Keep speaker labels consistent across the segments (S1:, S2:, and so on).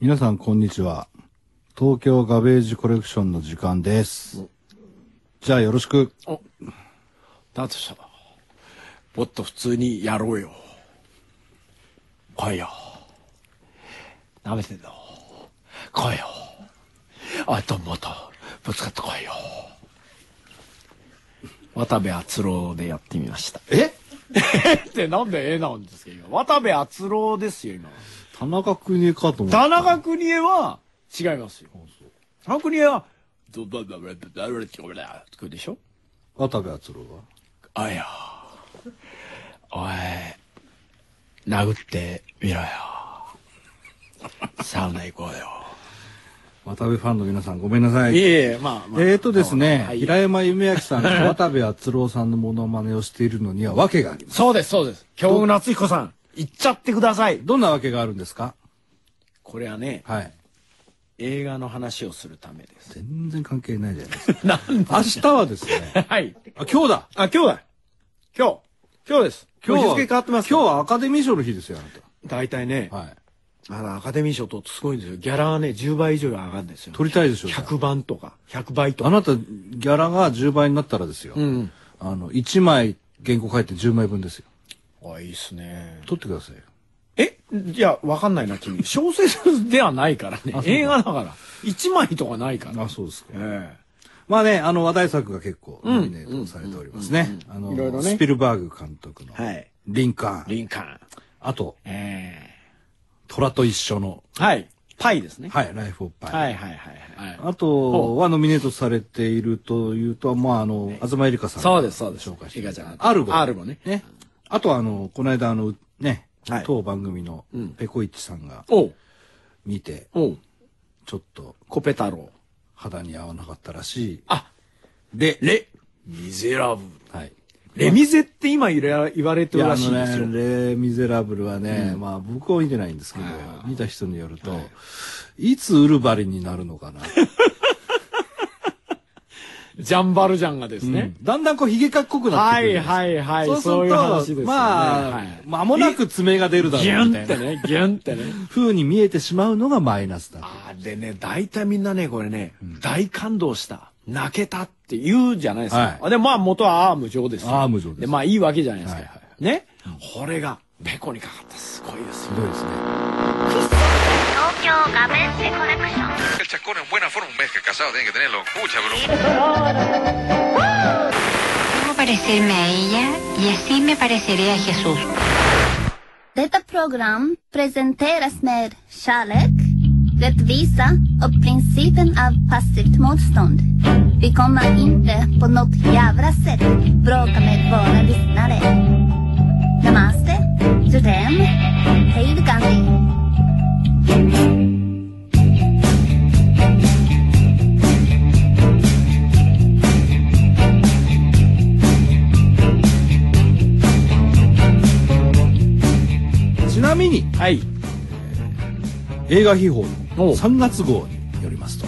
S1: 皆さんこんにちは。東京ガベージコレクションの時間です。じゃあよろしく。
S2: だとしたら、もっと普通にやろうよ。来いよ。舐めてんの。来いよ。あともっとぶつかって来いよ。渡部篤郎でやってみました。
S1: え
S2: えってなんで絵なんですか今渡部篤郎ですよ、今。
S1: 田中邦衛かと思った。
S2: 田中邦衛は違いますよ。田中邦衛は、どばばばばばばばばでしょ
S1: 渡部篤郎は
S2: あいや。おい、殴ってみろよ。サウナ行こうよ。
S1: 渡部ファンの皆さんごめんなさい。
S2: い
S1: え
S2: えいえ、まあ、まあ。
S1: ーとですね、
S2: はい
S1: 平山夢明 さんが渡部篤郎さんのモノマネをしているのには訳があります。
S2: そうです、そうです。京極夏彦さん、行っちゃってください。
S1: どんな訳があるんですか
S2: これはね、
S1: はい。
S2: 映画の話をするためです。
S1: 全然関係ないじゃないですか。
S2: なん
S1: 明日はですね、
S2: はい。
S1: あ、今日だ
S2: あ、今日だ。今日。今日です。
S1: 今日
S2: もう
S1: は、
S2: 日付変わってます。
S1: 今日はアカデミー賞の日ですよ、あ
S2: 日。大体ね、
S1: なた。はい。
S2: あの、アカデミー賞とすごいんですよ。ギャラはね、10倍以上上がるんですよ。
S1: 取りたいでしょ。
S2: 100番とか、100倍と
S1: あ
S2: か。
S1: なた、ギャラが10倍になったらですよ。
S2: ん
S1: あの、1枚原稿書いて10枚分ですよ。
S2: あ、いいっすね。
S1: 取ってくださいよ。
S2: えいや、わかんないな、君。小説ではないからね。映画だから。一枚とかないから。
S1: あ、そうですか。
S2: え
S1: まあね、あの話題作が結構ノミネートされておりますね。あの、
S2: いろいろね
S1: スピルバーグ監督の、
S2: えはい。
S1: リンカーン。
S2: リンカーン。
S1: あと、
S2: え
S1: 虎と一緒の、
S2: えはい。パイですね。
S1: はい、ライフ・オッパイ。
S2: はいはいはいはい。
S1: あとはノミネートされているというと、まあ、あの、東エリカさんが
S2: そうですそうです
S1: 紹介して
S2: エリカちゃん
S1: アルゴ。
S2: アルゴね
S1: ね。あとは、あの、この間、あの、ね、
S2: はい
S1: 当番組のペコイチさんが
S2: おう。
S1: 見て、
S2: おう。
S1: ちょっと
S2: コペ太郎。
S1: 肌に合わなかったらしい。
S2: あ、
S1: で、
S2: レ、ミゼラブル。
S1: はい。
S2: レミゼって今言わ言われて
S1: い
S2: る
S1: や、
S2: ら
S1: あ
S2: しい
S1: の
S2: んですよ。
S1: ね、レ・ミゼラブルはね、まあ僕は見てないんですけど、見た人によると、い、つウルバリンになるのかな。
S2: ジャンバルジャンがですね。
S1: だんだんこう髭かっこくなっ
S2: は
S1: てくる
S2: い
S1: んですよ。
S2: はいはい。そう
S1: そう
S2: いう話
S1: す
S2: です
S1: る
S2: よ
S1: と、ま
S2: ね。は
S1: あ
S2: い、
S1: 間もなく爪が出るだ
S2: ギ
S1: ろうみ
S2: ュ
S1: た
S2: ンっ
S1: い
S2: て
S1: な
S2: ね、ギュンってね。
S1: 風に見えてしまうのがマイナスだと。
S2: あーでね、大体みんなね、これね、大感動した、泣けたって言うじゃないですか。
S1: はい
S2: で、まあ元はアーム上ですよ。
S1: アーム上です
S2: で、まあいいわけじゃないですか。
S1: はいは
S2: ね、これが、ペコにかかった。すごいですよ
S1: ひ。どいですね。
S3: 東京ガベッセコレクション
S4: El chacón en buena forma, un mes que casado tiene que tenerlo. Mucha broma.
S5: Debo parecerme a ella y así me pareceré a Jesús.
S6: Detta program presenteras med kärlek, rättvisa och principen av passivt motstånd. Vi kommer inte på något jävla sätt bråka med våra lyssnare. Namaste, Jodem, Hej Gandhi.
S1: ちなみに、
S2: はい。
S1: 映画秘宝
S2: お
S1: の
S2: う
S1: 3月号によりますと、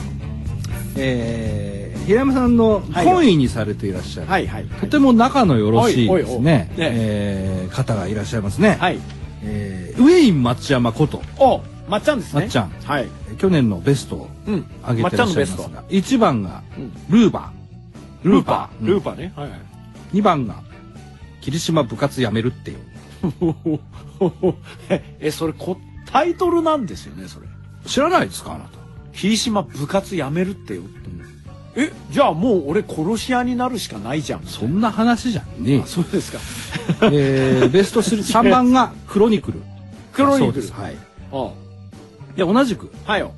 S1: えー、平山さんの懇意にされていらっしゃる、
S2: はいはい。
S1: とても仲のよろしいです
S2: おいおいお
S1: ね
S2: いね
S1: えー方がいらっしゃいますね、
S2: はい。
S1: えーウェイン松山こと
S2: お、まっちゃんですね。
S1: まっちゃん
S2: はい。
S1: えー去年のベストを
S2: うん
S1: 上げてらっしゃいます
S2: まっちゃんの
S1: が、1番が
S2: うん
S1: ルーバー、
S2: ルーパー。ルー
S1: ー
S2: パーね。はい。
S1: 2番が霧島部活やめるっていう
S2: え、それこ、タイトルなんですよね、それ。
S1: 知らないですかあなた
S2: 霧島部活やめるってよ。え、じゃあもう俺殺し屋になるしかないじゃん。
S1: そんな話じゃん ねえ
S2: あそうですか。
S1: えーベスト3番がクロニクル
S2: クロ
S1: そ
S2: ニ
S1: う
S2: ク
S1: です
S2: ル。
S1: はい
S2: あ
S1: で同じく
S2: はいよ。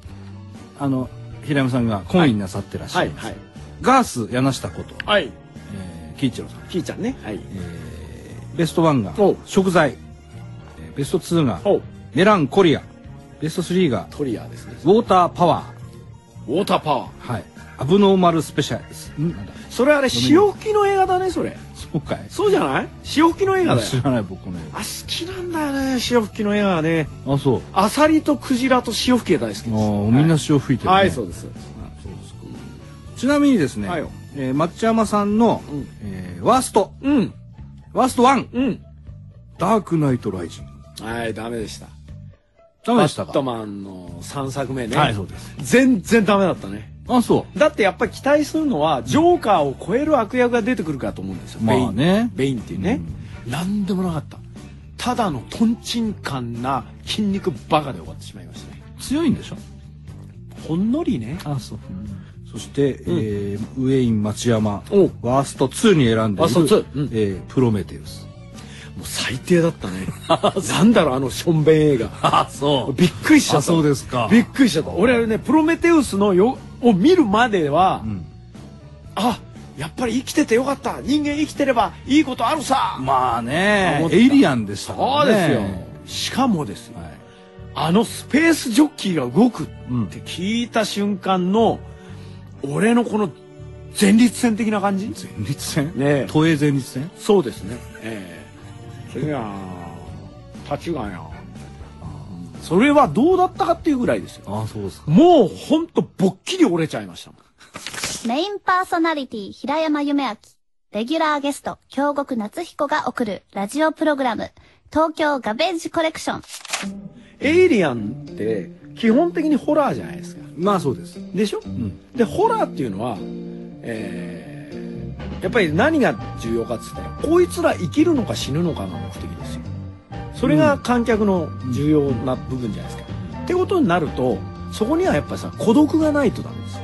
S1: あの平山さんが懇意になさってらっしゃ
S2: はいい
S1: ます、
S2: はい。
S1: ガース柳下こと、
S2: はい。
S1: えー、喜一郎さん、
S2: キーちゃんね。はい。
S1: えーベスト1が
S2: おう
S1: 食材、えーベスト2が
S2: おう
S1: メランコリアベスト3が
S2: トリアーですね。
S1: ウォーターパワ
S2: ウォーターパワー。
S1: ーはいアブノーマルスペシャルですんなんだ
S2: それあれ、潮吹きの映画だね、それ。
S1: そうかい
S2: そうじゃない潮吹きの映画だよ。
S1: 知らない僕この映
S2: あ、好きなんだよね、潮吹きの映画はね。
S1: 画あそう
S2: アサリとクジラと潮吹きが大好きです。
S1: あーみんな潮吹いてるね、
S2: はい、そうです。
S1: ちなみにですね、
S2: はいよ
S1: えー、松山さんの、
S2: ん
S1: えーワースト
S2: うん。
S1: ワースト1
S2: うん。
S1: ダークナイトライジング
S2: はい、ダメでした。
S1: ダメでした
S2: バ
S1: か
S2: ットマンの3作目ね、
S1: はいそうです
S2: 全然ダメだったね
S1: あ、そ
S2: だってやっぱり期待するのはジョーカーを超える悪役が出てくるかと思うんですよ、
S1: まあね
S2: ベインベインっていうね、なんでもなかったただのトンチンカンな筋肉バカで終わってしまいましたね
S1: う。強いんでしょ
S2: ほんのりね
S1: あ、そう。そして、えーウェイン町山
S2: お
S1: ワースト2に選んでい
S2: ワースト
S1: る
S2: 2、うん
S1: えープロメテウス
S2: もう最低だったね なんだろうあのションベン映画
S1: あそ
S2: びっくりしちゃった
S1: あそうですか
S2: びっくりしちゃった俺はねプロメテウスのよを見るまでは、
S1: ん
S2: あやっぱり生きててよかった人間生きてればいいことあるさ、
S1: まあ
S2: 思
S1: ね
S2: った
S1: エイリアンでしたから
S2: そう
S1: ね
S2: ですよ、しかもですよ、
S1: はい
S2: あのスペースジョッキーが動くって
S1: うん
S2: 聞いた瞬間の俺のこの前立腺的な感じ
S1: 前立腺
S2: ねえ
S1: 都営前立腺
S2: そうですねええそれが立ちがやそれはどうだったかっていうぐらいですよ
S1: あそうですか
S2: もうほんとぼっきり折れちゃいましたもん
S6: メインパーソナリティ、平山夢明。レギュラーゲスト、京極夏彦が送るラジオプログラム、東京ガベージコレクション。
S2: エイリアンって基本的にホラーじゃないですか
S1: まあそうです
S2: でしょ、
S1: ん
S2: でホラーっていうのは、えーやっぱり何が重要かっつったらこいつら生きるのか死ぬのかが目的ですよそれが観客の重要な部分じゃないですか、ってことになるとそこにはやっぱさ孤独がないとダメですよ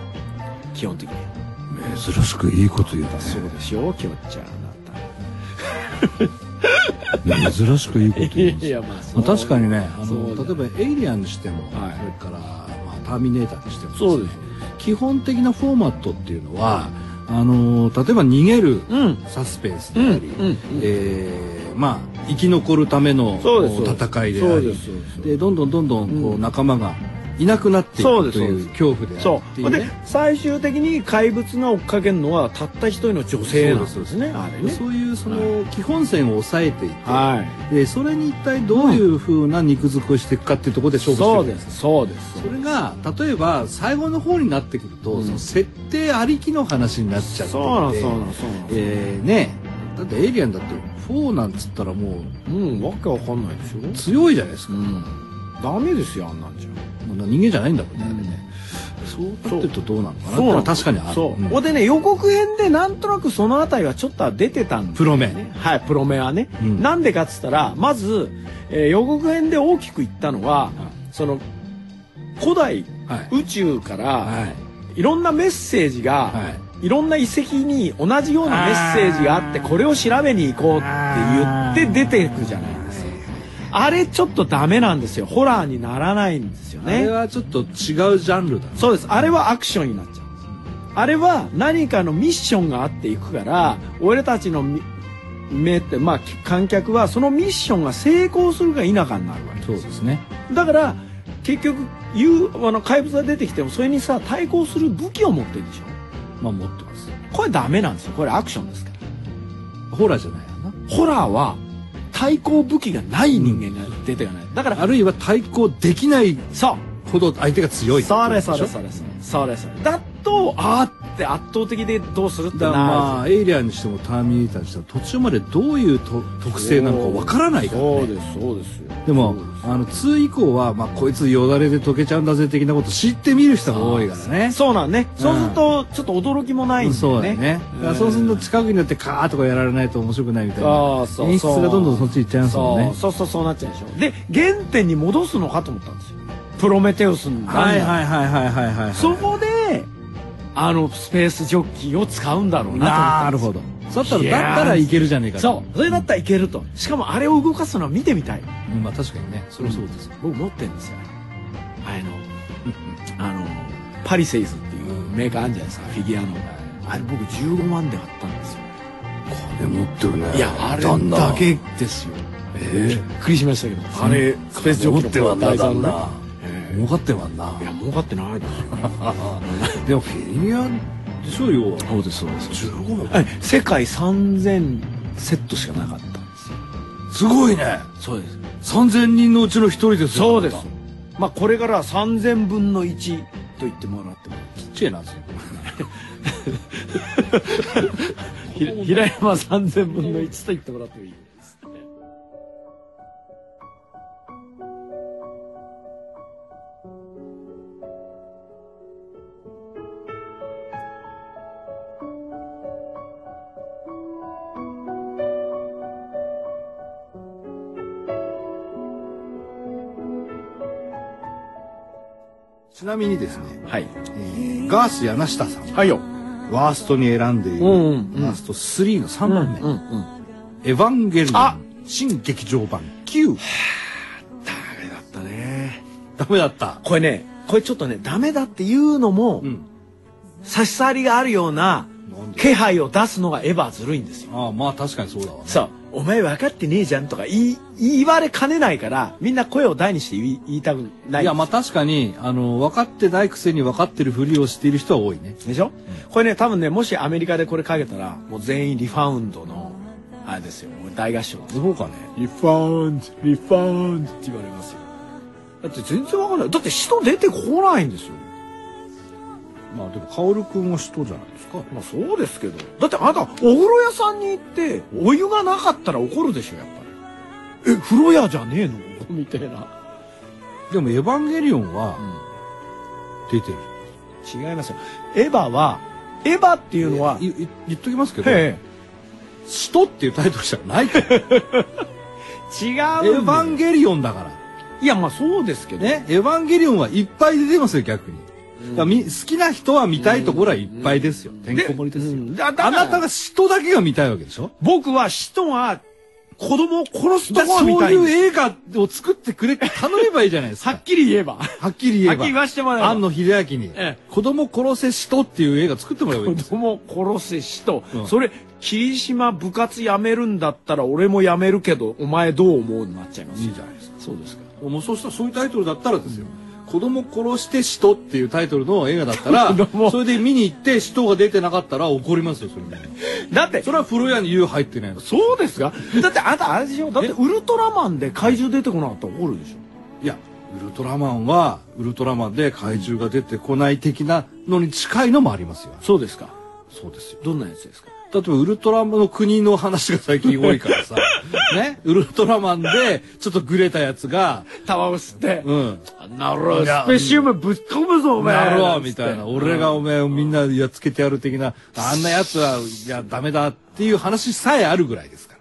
S2: 基本的には
S1: 珍しくいいこと言う
S2: そうでしょきょっちゃんあな
S1: ね珍しくいいこと
S2: た
S1: 言います
S2: やまあ
S1: まあ確かにねあ
S2: そう
S1: の
S2: だ
S1: 例えば「エイリアン」にしても、
S2: はい
S1: それから、まあ「ターミネーター」にしても
S2: そうです
S1: 基本的なフォーマットっていうのはあの例えば逃げる
S2: うん
S1: サスペンス
S2: う
S1: で
S2: んう
S1: あり、
S2: ん
S1: えーまあ生き残るための
S2: そうですそうです
S1: 戦いで
S2: そ
S1: あ
S2: うで
S1: り
S2: すそうです
S1: でどんどんどんどんこ
S2: う
S1: う仲間がいなくなってい
S2: そうで
S1: く
S2: す
S1: という恐怖である
S2: そ
S1: って
S2: う
S1: いう
S2: で
S1: ね。
S2: 最終的に怪物が追っかけるのはたった一人の女性なんですねあれね
S1: そういうその基本線を抑えていて、
S2: はい
S1: でそれに一体どういうふうな肉付けをしていくかっていうところで勝負してる
S2: そうですそうです
S1: それが例えば最後の方になってくると、
S2: うん
S1: その設定ありきの話になっちゃっていて
S2: そうなんそうなんそうなん
S1: えーねだってエイリアンだって4なんつったらもう
S2: うんわけわかんないでしょ
S1: 強いじゃないです
S2: う
S1: か、
S2: んダメですよあんなんじゃ
S1: もう人間じゃないんだもんね、あれねそうなってるとどうなのかなってのは確かにある
S2: そう、
S1: ん
S2: ほんでね予告編でなんとなくその辺りはちょっとは出てたんで
S1: プロメ
S2: ねはいプロメはね、
S1: うん
S2: なんでかっつったらまず、えー予告編で大きく言ったのは、その古代
S1: はい
S2: 宇宙から、
S1: はい
S2: いろんなメッセージが、、
S1: はい
S2: ろんな遺跡に同じようなメッセージがあってこれを調べに行こうって言って出ていくじゃないですかあれちょっとダメなんですよホラーにならないんですよ
S1: あれ
S2: ね
S1: はちょっと違うジャンルだね
S2: そうですあれはアクションになっちゃうんですあれは何かのミッションがあっていくから俺たちのみ目ってまあき観客はそのミッションが成功するか否かになるわけ
S1: そうですね
S2: だから結局言うあの怪物が出てきてもそれにさ対抗する武器を持ってるでしょ
S1: まあ持ってます
S2: これダメなんですよこれアクションですから
S1: ホラーじゃないよな
S2: ホラーは対抗武器がない人間が出てこないだから
S1: あるいは対抗できない
S2: そう
S1: ほど相手が強い
S2: それそ
S1: で
S2: れ
S1: し
S2: そ
S1: ょ
S2: れそれそれそれだとあーって圧倒的でどうするって
S1: だ
S2: な
S1: からま
S2: る
S1: あエイリアンにしてもターミネーターにしても途中までどういうと特性なのかわからないから
S2: そう
S1: ね
S2: ですそうですよ
S1: でも
S2: そうです
S1: あの2以降は、まあ、こいつよだれで溶けちゃうんだぜ的なこと知ってみる人が多いからね
S2: そうなんね
S1: ん
S2: そうするとちょっと驚きもないんだ
S1: そ
S2: よ
S1: うだ
S2: ね
S1: よねだからそうすると近くになってカーとかやられないと面白くないみたいな
S2: そうそう
S1: 演出がどんどんそっち行っちゃいますもんね
S2: そうそうそうそうなっちゃうでしょで原点に戻すのかと思ったんですよプロメテウスの
S1: はい
S2: い
S1: はいはいはいはいはい
S2: そこであのスペースジョッキーを使うんだろうな
S1: な
S2: と
S1: る
S2: 思
S1: ほ
S2: った
S1: ど
S2: んです
S1: だった
S2: い
S1: ら
S2: やー
S1: だったらいけるじゃねえか
S2: よそうそれだったらいけるとしかもあれを動かすのは見てみたい
S1: うん、まあ確かにねそれはそうですよ、
S2: 僕持ってるんですよあれのあの パリセイズっていうメーカーあるんじゃないですかフィギュアのあれ僕15万で買ったんですよ
S1: で持ってるね
S2: いやあれだけですよびっくりしましたけどあれスペースジョッキーの台座のね
S1: 儲かってはんない
S2: や儲かってないですよ
S1: でもフィギュアでしょ要は
S2: そうですそうです
S1: 15万
S2: はい世界3000セットしかなかったんですよ
S1: すごいね
S2: そうです
S1: 3000人のうちの一人ですよ
S2: そうですまあこれからは3000分の1と言ってもらっても
S1: ちっちゃいなそれ
S2: ひ平山3000分の1と言ってもらってもいいです
S1: ちなみにですね、
S2: はい。
S1: えーガース柳下さん、
S2: はいよ。
S1: ワーストに選んでいる、
S2: うんうんうん
S1: ワースト3の3番目、
S2: うんうん。
S1: エヴァンゲリオ
S2: あ
S1: ン新劇場版9。
S2: ダメだったね。
S1: ダメだった。
S2: これね、これちょっとね、ダメだっていうのも、
S1: うん。
S2: 差し障りがあるような
S1: なんで
S2: 気配を出すのがエヴァずるいんですよ。
S1: ああ、まあ確かにそうだわね。
S2: そう。お前分かってねえじゃんとか言い言われかねないから、みんな声を大にして言い言いたくない。
S1: いや、まあ確かに、あの、分かってないくせに分かってるふりをしている人は多いね。
S2: でしょ、これね、多分ね、もしアメリカでこれかけたら、もう全員リファウンドの、あれですよ、大合唱です。
S1: そうかね。
S2: リファウンド、リファウンドって言われますよ。だって全然わかんない。だって人出てこないんですよ。
S1: まあでも、カオルくんは人じゃないですか。
S2: まあそうですけど。だってあなた、お風呂屋さんに行って、お湯がなかったら怒るでしょ、やっぱり。え、風呂屋じゃねえのみたいな。
S1: でも、エヴァンゲリオンは、出てる。
S2: 違いますよ。エヴァは、エヴァっていうのは、
S1: いい言っときますけど、
S2: え
S1: 人っていうタイトルじゃないから。エ
S2: え、違うんだよ
S1: ヴァンゲリオンだから。
S2: いや、まあそうですけど。
S1: ね、エヴァンゲリオンはいっぱい出てますよ、逆に。だからみ好きな人は見たいところはいっぱいですよ。てんこ盛りです
S2: う
S1: よ。
S2: んだだ
S1: あ
S2: から
S1: なたが人だけが見たいわけでしょ
S2: 僕は人は子供を殺すと
S1: だ
S2: こ
S1: か
S2: は
S1: ら
S2: 見
S1: そう
S2: た
S1: い
S2: いん
S1: う
S2: です。
S1: 映画を作ってくれって頼めばいいじゃないです
S2: は
S1: か
S2: っ。きり言えば。
S1: はっきり言えば。
S2: はっきり言わしてもらえば
S1: 庵野秀明に、
S2: ええ
S1: 子供殺せ人っていう映画作ってもらえばいい
S2: 子
S1: んですよ。
S2: 供を殺せしと、
S1: うん
S2: それ霧島部活辞めるんだったら俺も辞めるけどお前どう思うになっちゃいます
S1: い
S2: よ
S1: いじゃないですか。
S2: そうですか
S1: もうそうしたらそういうタイトルだったらですよ。子供殺して人っていうタイトルの映画だった ら
S2: 子供、
S1: それで見に行って人が出てなかったら怒りますよ、それも
S2: だって
S1: それは風呂屋に湯入ってないの。
S2: そうですかだってあなたあれでしょだってウルトラマンで怪獣出てこなかったら怒るでしょ
S1: いや、ウルトラマンは、ウルトラマンで怪獣が出てこない的なのに近いのもありますよ。
S2: そうですか
S1: そうですよ。
S2: どんなやつですか
S1: 例えばウルトラマンの国の話が最近多いから さ、ね、ウルトラマンでちょっとグレたやつが、
S2: 玉を吸って
S1: うん、
S2: なるほど
S1: いや
S2: スペシウムぶっ込むぞお前
S1: なる
S2: な
S1: わ
S2: んつ
S1: み
S2: って
S1: たいな。俺がおめえをみんなやっつけてやる的な、あんなやつは、いや、ダメだっていう話さえあるぐらいですか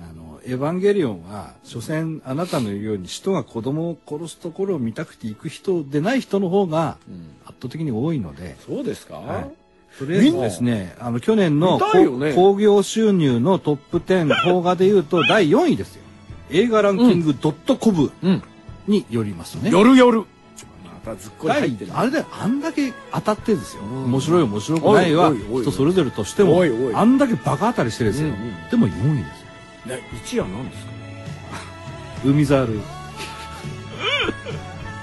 S1: ら。あの、エヴァンゲリオンは、所詮あなたの言うように、人が子供を殺すところを見たくて行く人でない人の方が、圧倒的に多いので、
S2: そうですか、
S1: はいとりあえずですね、あの、去年の
S2: 見たいよね
S1: 興行収入のトップ10、邦画で言うと第4位ですよ。映画ランキング .com
S2: うん
S1: によりますとね。
S2: 夜夜またずっこり入ってる
S1: あれだよあんだけ当たってですよ面白い面白くない
S2: お
S1: はい
S2: おいおいおい
S1: 人それぞれとしても
S2: おいおい
S1: あんだけバカ当たりしてですよ
S2: うんうん
S1: でも4位ですよ
S2: ね一夜なんですか
S1: 海猿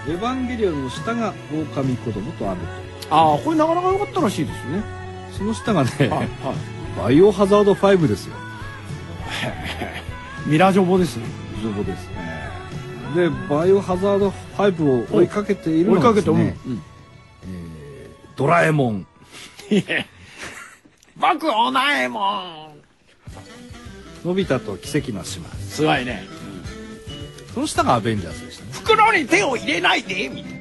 S1: エヴァンゲリオンの下が狼子供とある
S2: ああこれなかなか良かったらしいですね
S1: とその下が
S2: は
S1: ね
S2: いは
S1: バイオハザード5ですよ
S2: いミラジョボですね
S1: 情報ですでバイオハザード5を追いかけている
S2: 追い
S1: の
S2: か
S1: がで
S2: けて
S1: す
S2: も、
S1: ね
S2: うん、
S1: ドラえもん
S2: 僕おなえもん
S1: のび太と奇跡の島
S2: すごいね
S1: その下がアベンジャーズでしたね
S2: 袋に手を入れないでみたい な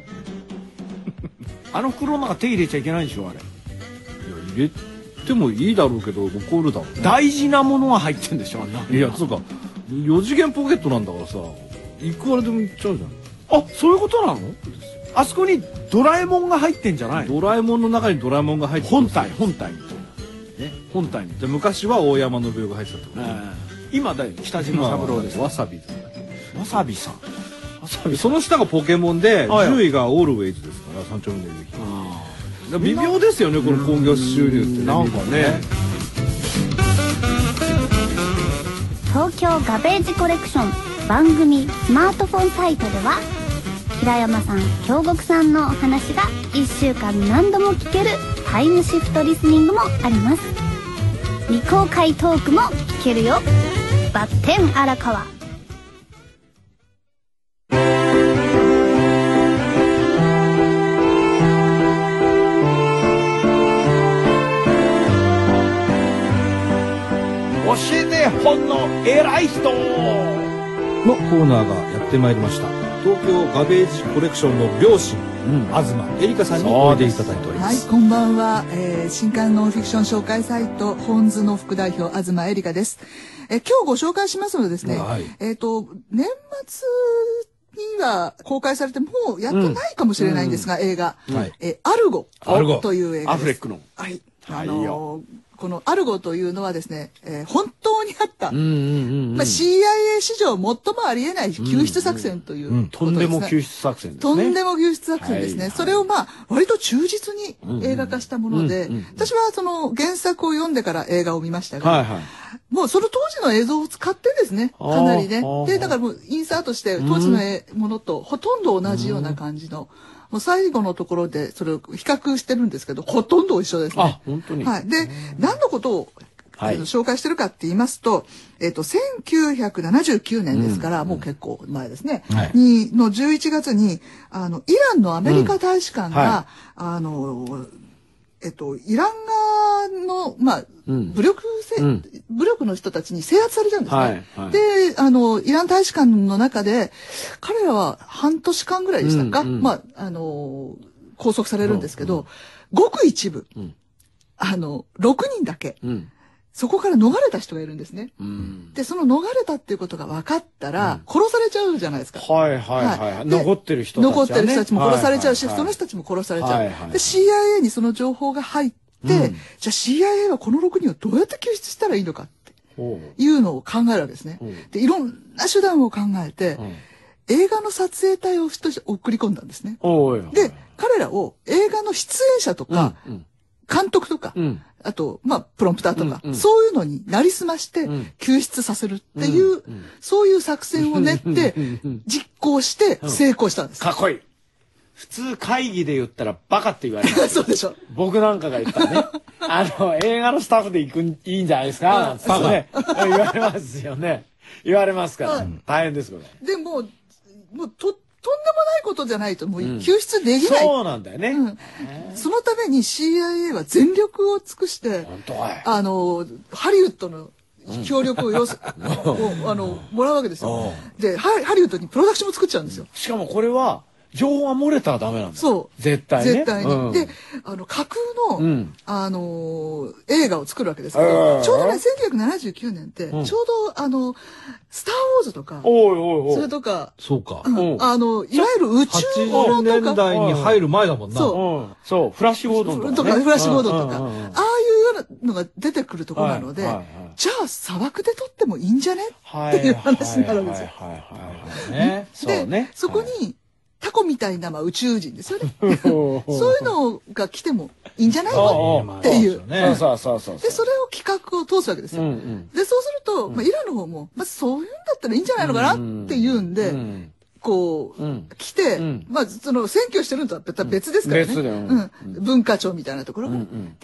S2: あの袋の中手入れちゃいけないでしょあれ
S1: いや入れてもいいだろうけど怒るだろうね
S2: 大事なものが入ってんでしょあんない
S1: やそうか4次元ポケットなんだからさいくらでも行っちゃうじゃ
S2: あそういうことなのあそこにドラえもんが入ってんじゃなんい
S1: ドラえもんの中にドラえもんが入ってる
S2: 本体本体みたいな
S1: ね
S2: 本体み
S1: じゃあ昔は大山信代が入ってたってこ
S2: た
S1: と
S2: いな今だよ北
S1: 今
S2: 島
S1: は
S2: 三郎です
S1: わさびです
S2: わさびさんわさびさん
S1: その下がポケモンで
S2: はい
S1: 10位がオールウェイズですから山頂に出てきて微妙ですよねこの興行収入ってね
S2: なんかね
S6: 東京ガベージコレクション番組スマートフォンサイトでは平山さん京極さんのお話が1週間何度も聞けるタイムシフトリスニングもあります未公開トークも聞けるよバッテン荒川
S2: 教えて本の偉い人
S1: のコーナーがやってまいりました東京ガベージコレクションの両親、東エリカさんにおいでいただいておりま
S7: はい、
S1: す
S7: こんばんは、えー新刊ノンフィクション紹介サイト、本図の副代表、東えりかです。えー今日ご紹介しますのはですね、
S1: はい
S7: えっ、と、年末は公開されてもうやってないかもしれないんですが、映画、
S1: はい
S7: えーアルゴ」
S1: アルゴ
S7: という映画で
S2: ア
S7: す
S2: フレックの
S7: はい
S2: は
S7: あ
S2: いよ
S7: のーこの「アルゴ」というのはですね、えー本当にあった、
S2: うんうんうんうん
S7: まあ、CIA 史上最もありえない救出作戦ということ
S2: とんで
S7: ですね
S2: も救出作戦ですね
S7: とんでも救出作戦ですね。
S2: はい
S7: それをまあ、割と忠実に映画化したもので、
S2: うんうんうん
S7: 私はその原作を読んでから映画を見ましたが、
S2: はいはい
S7: もうその当時の映像を使ってですね、
S2: あー
S7: かなりね
S2: あ。ー
S7: で、だからもうインサートして当時のえものとほとんど同じような感じの、もう最後のところでそれを比較してるんですけど、ほとんど一緒ですね。
S2: あ本当に
S7: はい。で、何のことを、
S2: はい
S7: あの紹介してるかって言いますと、えっ、と、1979年ですから、もう結構前ですね。
S1: はい
S7: に、の11月に、あの、イランのアメリカ大使館
S2: うんは
S7: が、あの、えっと、イラン側の、まあ、
S2: うん
S7: 武力せ、
S2: うん
S7: 武力の人たちに制圧されたんですね。
S2: はいはい
S7: で、あの、イラン大使館の中で、彼らは半年間ぐらいでしたか、
S2: うんうん
S7: まあ、あの、拘束されるんですけど、ごく一部、
S2: ん
S7: あの、6人だけ、
S2: うん
S7: そこから逃れた人がいるんですね。
S2: うん
S7: で、その逃れたっていうことが分かったら、殺されちゃうじゃないですか。
S2: はいはいはい、
S7: はいで
S2: 残ってる人たちは、ね、
S7: 残ってる人たちも殺されちゃうし、
S2: はいは
S7: そ
S2: い
S7: の
S2: はい
S7: 人たちも殺されち
S2: はいはい
S7: ゃ
S2: は
S7: う。
S2: い
S7: で、CIA にその情報が入って、じゃあ CIA はこの6人をどうやって救出したらいいのかって
S2: おう
S7: いうのを考えるわけですね
S2: うん。
S7: で、いろんな手段を考えて、映画の撮影隊をとして送り込んだんですね。
S2: おうよ
S7: で、彼らを映画の出演者と
S2: うん
S7: か、
S2: うん
S7: 監督とか、
S2: うん
S7: あと、まあ、プロンプターとか、
S2: うんうん
S7: そういうのになりすまして
S2: ん、
S7: 救出させるっていう、そういう作戦を練って
S2: んうん、
S7: 実行して成功したんです。
S2: かっこいい普通会議で言ったらバカって言わ れる
S7: そうでしょ。
S2: 僕なんかが言ったらね あの映画のスタッフで行くんいいんじゃないですかなんつってね言われますよね言われますから、大変ですこれ
S7: でもう、もうと、とんでもないことじゃないと、もう救出できない。
S2: そうなんだよね、
S7: うんそのために CIA は全力を尽くして、
S2: 本当かい
S7: あの、ハリウッドの協力を 要す、をあの、もらうわけですよ。でハ、ハリウッドにプロダクションも作っちゃうんですよ。
S2: しかもこれは情報が漏れたらダメなんだよ
S7: そう。
S2: 絶対ね
S7: 絶対に。
S2: うん
S7: で、あの、架空の、
S2: うん
S7: あのー映画を作るわけですけ
S2: う
S7: ど、
S2: ん
S7: ちょうどね、1979年って、
S2: ん
S7: ちょうど、あの、スター・ウォーズとか、
S2: おいおいおい
S7: それとか、
S1: そうか。
S2: うん
S7: あの、いわゆる宇宙
S1: 80
S7: 物と
S1: 年
S7: か、
S1: 代に入る前だもんな。
S7: そう
S2: うんそうフラッシュゴードン
S7: とか、フラッシュゴードンとか、
S2: うん
S7: あ
S2: う
S7: あ
S2: ん
S7: いううんようなのが出てくるところなので、
S2: はいはいはい
S7: じゃあ砂漠で撮ってもいいんじゃね
S2: は
S7: っていう話になるんですよ。
S2: はいはいはいはいはい
S1: ね。
S2: そうね
S7: で、そこ
S2: はい
S7: に、タコみたいな、まあ、宇宙人ですよね。
S2: そう
S7: そういうのが来てもいいんじゃない
S2: おうお
S7: の
S2: う
S7: っていう。
S1: ね
S2: そうそうそうそう
S7: で、それを企画を通すわけですよ。
S2: うんうん
S7: で、そうすると、まあ、イランの方も、まあ、そういうんだったらいいんじゃないのかなっていうんで、
S2: ん
S7: こう、
S2: うん
S7: 来て、
S2: うん
S7: まあ、その、選挙してるのとは別別ですからね。
S2: 別だようん
S7: うん文化庁みたいなところが、
S2: ん
S7: で、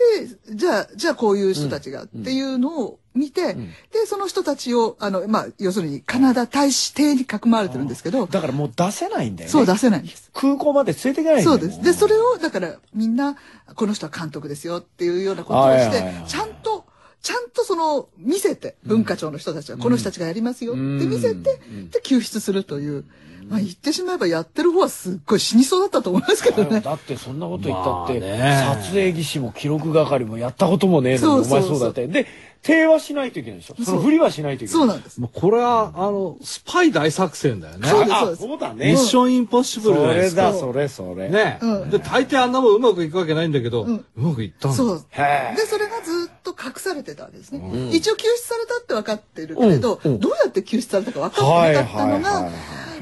S7: じゃあ、じゃあこういう人たちがっていうのを見て、で、その人たちを、あの、まあ、要するにカナダ大使邸に囲まれてるんですけど、
S2: だからもう出せないんだよね
S7: そう出せないんです。
S2: 空港まで連れていけないんだ
S7: そ
S2: よ
S7: うです。で、それを、だから、みんな、この人は監督ですよっていうようなことを
S2: はい
S7: し
S2: はい
S7: て
S2: はいはい、
S7: ちゃんと、ちゃんとその、見せて、文化庁の人たちは、この人たちがやりますよって見せて、で、救出するという。まあ、言ってしまえば、やってる方はすっごい死にそうだったと思いますけどね。
S2: だってそんなこと言ったって、
S1: まあね
S2: 撮影技師も記録係もやったこともねえのにお
S7: そ
S2: 前
S7: うそうそう
S2: そうだってで手はしないといけないでしょその
S7: そう
S2: 振りはしないといけない
S7: そうなんです。
S1: もうこれは、あの、スパイ大作戦だよね。
S7: そうです
S2: あ
S7: そうです
S2: そうだ
S1: ミ
S2: ね
S1: ッションインポッシブ
S2: そ
S1: ルじゃないで
S2: れ
S1: すか
S2: だ。それそれ
S1: ね、
S7: うん
S1: で、大抵あんなもんうまくいくわけないんだけど、うんまくいったんだ。
S7: そう。
S2: へえ
S7: で、それがずっと隠されてたわけですね。一応救出されたって分かってるけれど、
S2: うんうん
S7: どうやって救出されたか分かってなかったの
S2: はいはい
S7: が
S2: はい、
S1: い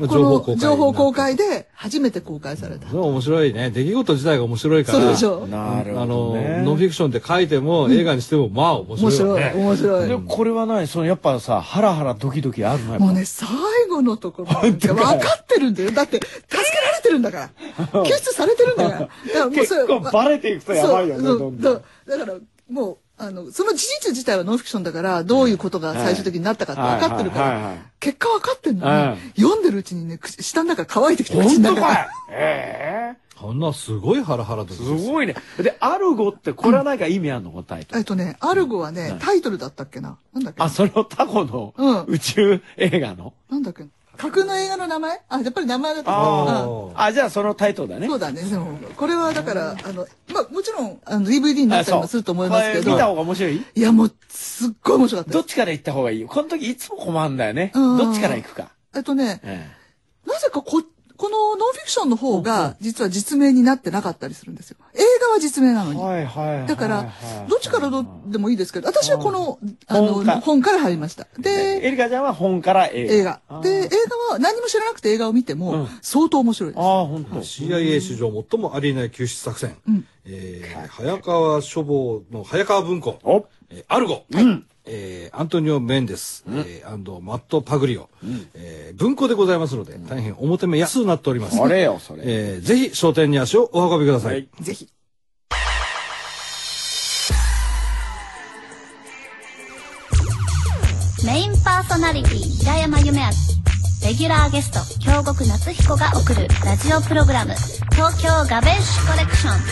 S7: この情報公開で初めて公開された
S1: そ。れは面白いね。出来事自体が面白いから。
S7: そうでしょう。
S2: なる
S1: あ
S2: ほ
S1: の
S2: ど、ね
S1: ノンフィクションって書いても、映画にしても、まあ面
S7: 面
S1: 白いよ
S7: 白い、
S1: ね。
S7: 面白い。
S2: でこれは何そのやっぱさハラハラドキドキあるのやっぱ
S7: もうね、最後のところ なんて分かってるんだよ。だって、助けられてるんだから。救出されてるんだから。だからもうそれ
S2: 結構バレていくとやばいよね
S7: そう
S2: どんどん
S7: そうだから、もう、あの、その事実自体はノンフィクションだから、どういうことが最終的になったかって分かってるか
S2: はいはいはいは
S7: ら
S2: い、
S7: 結果分かってん
S2: は
S7: の
S2: い
S7: に、読んでるうちにね、口下の中乾いてきて、口
S2: 本
S7: の
S2: 当か
S7: 中。
S2: いえ
S1: こんなすごいハラハラと。
S2: えすごいねでアルゴってこれは何か意味あるの答えと
S7: えっとね、アルゴはね、タイトルだったっけななんだっけ
S2: あそれをタコの
S7: うん
S2: 宇宙映画の
S7: なんだっけ架空の映画の名前あ、やっぱり名前だった。
S2: あ
S7: うん
S2: ーあじゃあそのタイトルだね
S7: そうだね。でも、これはだから、あの、まあ、もちろん、あの、DVD にな
S2: あ
S7: ったり
S2: そ
S7: も
S2: う
S7: すると思いますけ
S2: これ見た方
S7: ど、
S2: が面白い
S7: いや、もう、すっごい面白かった
S2: ど
S7: で
S2: っちから行った方がいいこの時いつも困るんだよね
S7: うん
S2: どっちから行くか
S7: す。えっとね、
S2: え
S7: なぜかこ、このノンフィクションの方が、実は実名になってなかったりするんですよ。映画は実名なのに。
S2: はいはいはい。
S7: だから、どっちからどでもいいですけど、私はこの、あ
S2: 本か
S7: の、本から入りました。
S2: え
S7: で、
S2: エリカちゃんは本から映画。
S7: 映画
S2: あ。ー
S7: で、映画は何も知らなくて映画を見ても、相当面白いで
S2: あ
S7: す。
S2: あ、本当。
S1: CIA 史上最もありえない救出作戦、えー早川書房の早川文庫、
S2: お
S1: えーアルゴ、えーアントニオ・メンデス、えー、and マット・パグリオ、えー文庫でございますので大変表目安くなっております、
S2: それよ、それ。
S1: えーぜひ商店に足をお運びください、
S2: はい
S7: ぜひ。
S6: メインパーソナリティ平山夢明レギュラーゲスト京極夏彦が送るラジオプログラム「東京ガベッシュコレクション」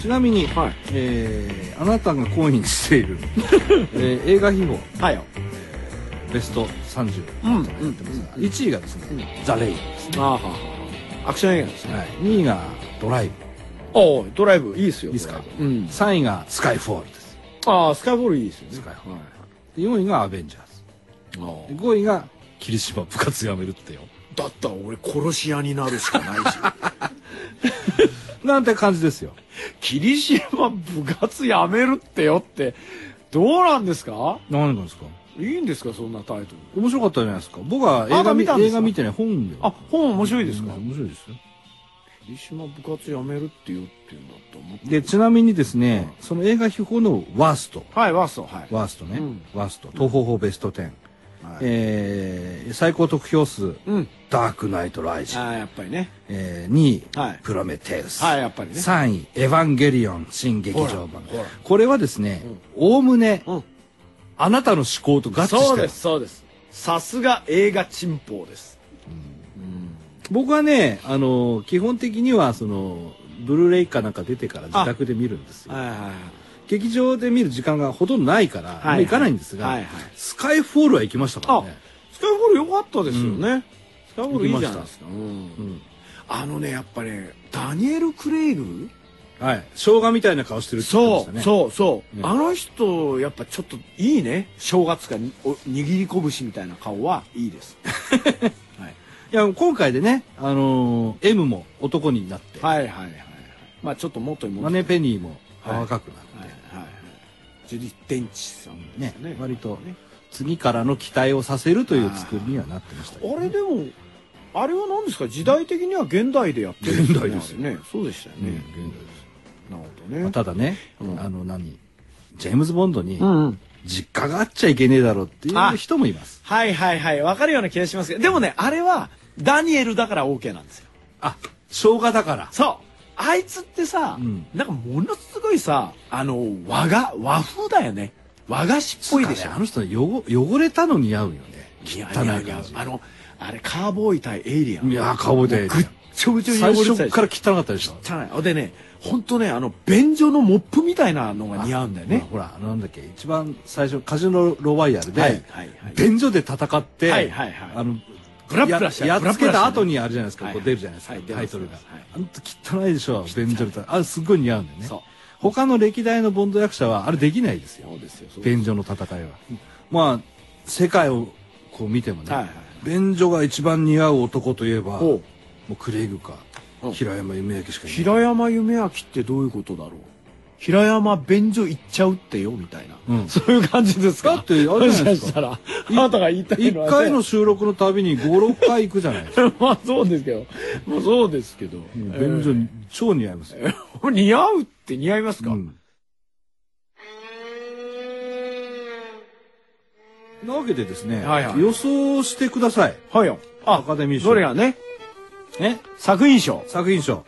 S1: ちなみに、
S2: はい
S1: えーあなたが好意にしてい る、えー映画秘宝
S2: はいよ。
S1: ベスト30
S2: うん
S1: とかやってますが、1位がですね、ザ・レイブですね、
S2: ああ、はあはあアクション映画ですね。
S1: はい、2位がドライブ
S2: おドライブいいっすよ。
S1: いいっすか
S2: ドライブうん。
S1: 3位がスカイフォールです
S2: ああ、スカイフォールいいですよね。
S1: スカイフォ
S2: はい
S1: で4位がアベンジャーズで5位が霧島部活やめるってよ
S2: だったら俺殺し屋になるしかないし。
S1: なんて感じですよ
S2: 霧島部活やめるってよって、どうなんですか
S1: 何なんですか
S2: いいんですかそんなタイトル。
S1: 面白かったじゃないですか僕は映
S2: あ
S1: 画
S2: 見
S1: 見
S2: たんで
S1: 映
S2: すか
S1: 画見てね本で
S2: あ、本面白いですか
S1: 面白いですよ
S2: 霧島部活やめるってよっていうんだと思って。
S1: でちなみにですねその映画秘宝のワースト
S2: はい、ワースト、はい。
S1: ワーストね、
S2: うん
S1: ワースト東方法ベスト10、えー最高得票数、
S2: うん。
S1: ダークナイトライジング
S2: ああ、やっぱりね。
S1: えー、2位、
S2: はい
S1: プロメテウス、
S2: はいやっぱりね
S1: 3位エヴァンゲリオン新劇場版
S2: ほらほら
S1: これはですねおおむね、
S2: うん
S1: あなたの思考と合致してる
S2: そうです、そうです。さすが映画チンポです。
S1: 僕はねあの基本的にはそのブルーレイかなんか出てから自宅で見るんですよ
S2: はいはいはい。
S1: 劇場で見る時間がほとんどないから、
S2: いはい
S1: まあ行かないんですが、
S2: はいはい
S1: スカイフォールは行きましたから
S2: あ
S1: ね、
S2: スカイフォール良かったですよね。スカイフォールいいじゃないですか。
S1: う
S2: うん
S1: ん
S2: あのね、やっぱね、ダニエル・クレイグ
S1: はい、生姜みたいな顔してるって言ってまし
S2: そ
S1: た
S2: う
S1: ね
S2: そうそう、
S1: うん
S2: あの人やっぱちょっといいね正月かにお握り拳みたいな顔はいい ですはい
S1: いや今回でね、あのー M も男になって、
S2: はいはいはいはいまあちょっと元に戻
S1: マ
S2: って
S1: ネペニーも若くなって、
S2: はいはいはいジュディ・デンチさんで
S1: ね
S2: すね
S1: 割と次からの期待をさせるという作りにはなってましたけど
S2: あれでもあれは何ですか時代的には現代でやってるん
S1: 現代ですよ
S2: ねあれねそうでしたよ
S1: うん
S2: ね、
S1: 現在です
S2: なるほどね
S1: ただね、
S2: うん
S1: あの何ジェームズ・ボンドに
S2: うんうん
S1: 実家があっちゃいけねえだろうっていう人もいます
S2: はいはいはいわかるような気がしますけどでもねあれはダニエルだから OK なんですよ
S1: あ生姜だから
S2: そうあいつってさ、
S1: うん
S2: なんかものすごいさあの和が和風だよね和菓子っぽいでしょ
S1: あの人汚汚れたの似合うよね
S2: い
S1: 汚
S2: や
S1: い
S2: い
S1: 感
S2: やい
S1: じ
S2: やあのあれカーボーイ対エイリアン
S1: いやーカーボーイ対エイリアン
S2: もうぐっちょぐちょに汚
S1: 最
S2: れてたでしょ
S1: 初から汚かったでしょ
S2: 汚いでね本当ねあの便所のモップみたいなのが似合うんだよね
S1: ほらほらなんだっけ一番最初カジノロワイヤルで、
S2: はいはいはい
S1: 便所で戦って、
S2: はいはいはい
S1: あの
S2: ブラブラした
S1: ややっつけ
S2: ブラブラした
S1: た後にあるじゃないですか、
S2: はい
S1: こう出るじゃないですか、
S2: はい
S1: タイトルが、
S2: 出ますはい
S1: あの時汚いでしょ便所で戦うあすっごい似合うんだよね
S2: そう
S1: 他の歴代のボンド役者はあれできないですよ
S2: そうですよそうです
S1: 便所の戦いはまあ世界をこう見てもね、
S2: はいはい
S1: 便所が一番似合う男といえば
S2: ほう
S1: もうクレイグか
S2: うん
S1: 平山夢明しかいない
S2: 平山夢明ってどういうことだろう平山便所行っちゃうってよみたいな、
S1: うん
S2: そういう感じです
S1: だ
S2: か
S1: ってあれじゃないですか
S2: もしかしたらあなたが言いた い
S1: 一
S2: のはね
S1: 回の収録のたびに56回行くじゃない ですか
S2: まあそうですけど。まあそうですけど。
S1: 便所に超似合いますよ、
S2: えー似合うって似合いますか、
S1: うんなわけでですね、
S2: はいはい
S1: 予想してください
S2: はいよ。あ
S1: アカデミー賞
S2: どれがね、
S1: ね
S2: 作品賞。
S1: 作品賞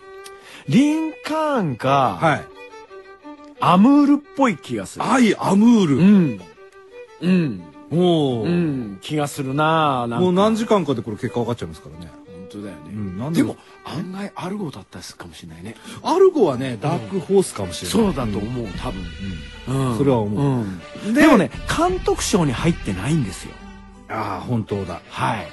S2: リンカーンか、
S1: はい
S2: アムールっぽい気がする。
S1: アイ・アム
S2: う
S1: ー
S2: ん。うん。
S1: ルもう、
S2: うん。気がするななんか
S1: もう何時間かでこれ結果分かっちゃいますからね
S2: 本当だよね。
S1: うんなんで
S2: でも、案外アルゴだったりするかもしれないね。
S1: アルゴはねダークホースかもしれない、
S2: そうだと思う、多分。うん
S1: それは思
S2: うん。でもね、監督賞に入ってないんですよ。
S1: ああ本当だ
S2: はい。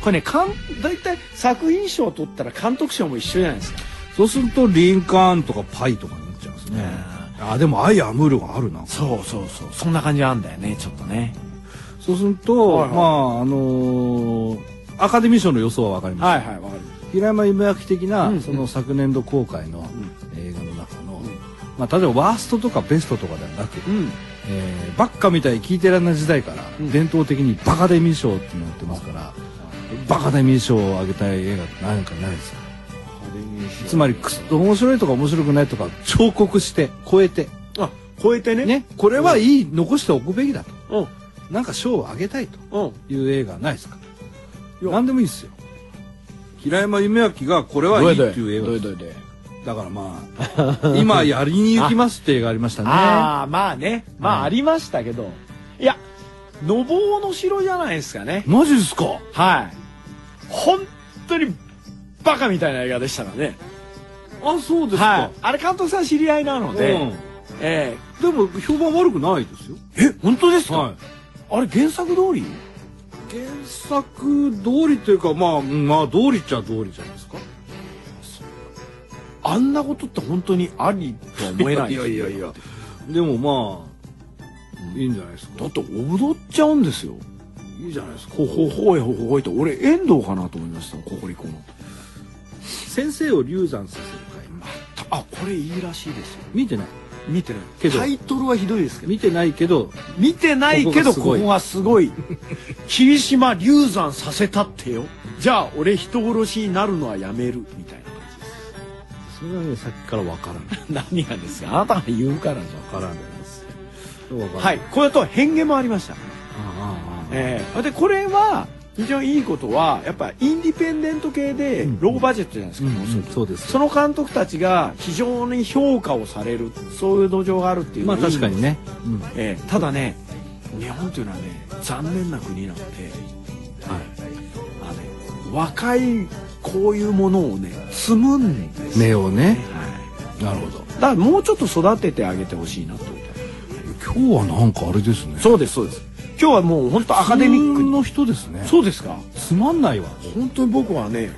S2: これね、かん、だいたい作品賞を取ったら監督賞も一緒じゃないですか。
S1: そうするとリンカーンとかパイとかになっちゃいますねあーでもアイ・アムールがあるな
S2: そうそうそう。そんな感じなんだよね、ちょっとね。
S1: そうすると、
S2: はいはい
S1: まああのーアカデミー賞の予想はわかります、
S2: はいはいわかります
S1: 平山夢明的な、
S2: うん
S1: その昨年度公開の映画の中の、まあ、例えばワーストとかベストとかではなく、
S2: うん
S1: えーバッカみたいに聞いてらんない時代から、
S2: うん
S1: 伝統的にバカデミー賞っていうのをやってますから、バカデミー賞をあげたい映画って何かないですよつまりくす面白いとか面白くないとか彫刻して超えて
S2: あ超えてね
S1: ねこれはいい残しておくべきだと
S2: うん
S1: なんか賞をあげたいと
S2: うん
S1: いう映画はないですか
S2: いや
S1: 何でもいいですよ平山夢明がこれはいいっていう映画
S2: どう
S1: です
S2: いどいどい
S1: だからまあ 今やりに行きますって映画ありましたね
S2: ああまあねま
S1: は
S2: あ
S1: い
S2: ありましたけど、い、や「のぼうの城」じゃないですかね
S1: マジですか
S2: はい本当にバカみたいな映画でしたからね
S1: あそうですか、
S2: はいあれ監督さん知り合いなので、
S1: うん
S2: え
S1: でも評判悪くないですよ
S2: ええ本当ですか、
S1: はい
S2: あれ原作通り
S1: 原作通りというかまあうんまあ通りっちゃ通りじゃないですか
S2: あんなことって本当にありとは思えない
S1: いやいやいやいやでもまあいいんじゃないですか
S2: だって踊っちゃうんですよ
S1: いいじゃないですか
S2: ほほほいほほほいと俺遠藤かなと思いましたココリコの
S1: 先生を流産させる会
S2: あこれいいらしいですよ
S1: 見てない
S2: 見てない
S1: けど
S2: タイトルはひどいですけど
S1: 見てないけど
S2: 見てないけど
S1: こ
S2: こ
S1: こがすごい
S2: こがすごい霧島流産させたってよじゃあ俺人殺しになるのはやめるみたいな
S1: それはねさっきからわからない
S2: 感じ何がですかあなたが言うからじゃ
S1: わからないですわから
S2: はいこれと変化もありました、
S1: ああああ
S2: ええでこれは非常にいいことはやっぱインディペンデント系で
S1: ん
S2: ローバジェットじゃないです
S1: う
S2: か、
S1: んうんそうです
S2: その監督たちが非常に評価をされるそういう土壌があるっていうの
S1: まあ
S2: はいいんで
S1: 確
S2: す
S1: かにね、うん
S2: ええただね日本というのはね残念な国なので、あのね若いこういうものをね積むんですよ
S1: 目をね
S2: はい、
S1: なるほど
S2: だからもうちょっと育ててあげてほしいなと
S1: 今日はなんかあれですね
S2: そうですそうです今日はもう本当アカデミック
S1: 普通
S2: に
S1: の人ですね
S2: そうですか
S1: つまんないわ
S2: 本当に僕はね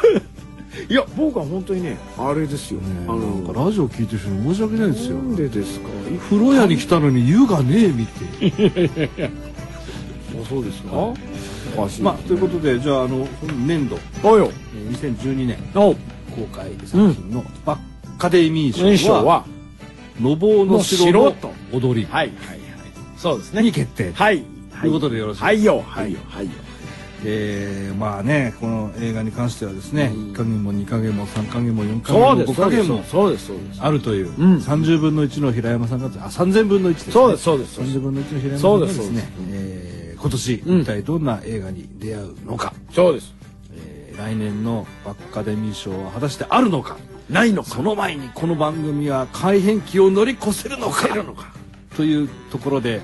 S2: いや僕は本当にねあれですよ、
S1: ね
S2: あの
S1: なんかラジオ聞いてる人に申し訳ないですよ
S2: なんでですか
S1: 風呂屋に来たのに湯がねえみて
S2: あそうですかおかしい
S1: まあということでじゃああの年度
S2: およ
S1: えー2012年
S2: お
S1: 公開作品のバッカデミー
S2: 印
S1: 賞
S2: 象
S1: は
S2: は
S1: 「のぼうの城の踊り
S2: はいはいはいそうです」ね
S1: に決定
S2: はい。
S1: ということでよろしいですか
S2: はいよ、はいよ、はいよ。
S1: えーまあねこの映画に関してはですね1か月も2か月も3か月も4か
S2: そうで
S1: 月
S2: す、
S1: も5
S2: そ
S1: か
S2: うで
S1: 月も
S2: す、そうです、そうです。
S1: あるという
S2: うん
S1: 30分の1の平山さんがあ3000分の1ですね
S2: そうです、そうです。そうです
S1: 30分の1の平山さん
S2: そう
S1: が
S2: で
S1: ですすねえー今年
S2: うん
S1: 一体どんな映画に出会うのか
S2: そうです。
S1: えー来年のバッカデミー賞は果たしてあるのか
S2: ないのか。
S1: その前にこの番組は改変期を乗り越せるのか
S2: せるのか
S1: というところで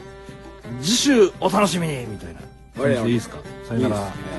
S1: 次週お楽しみにみたいな感じでいいですかさよなら
S2: いいですね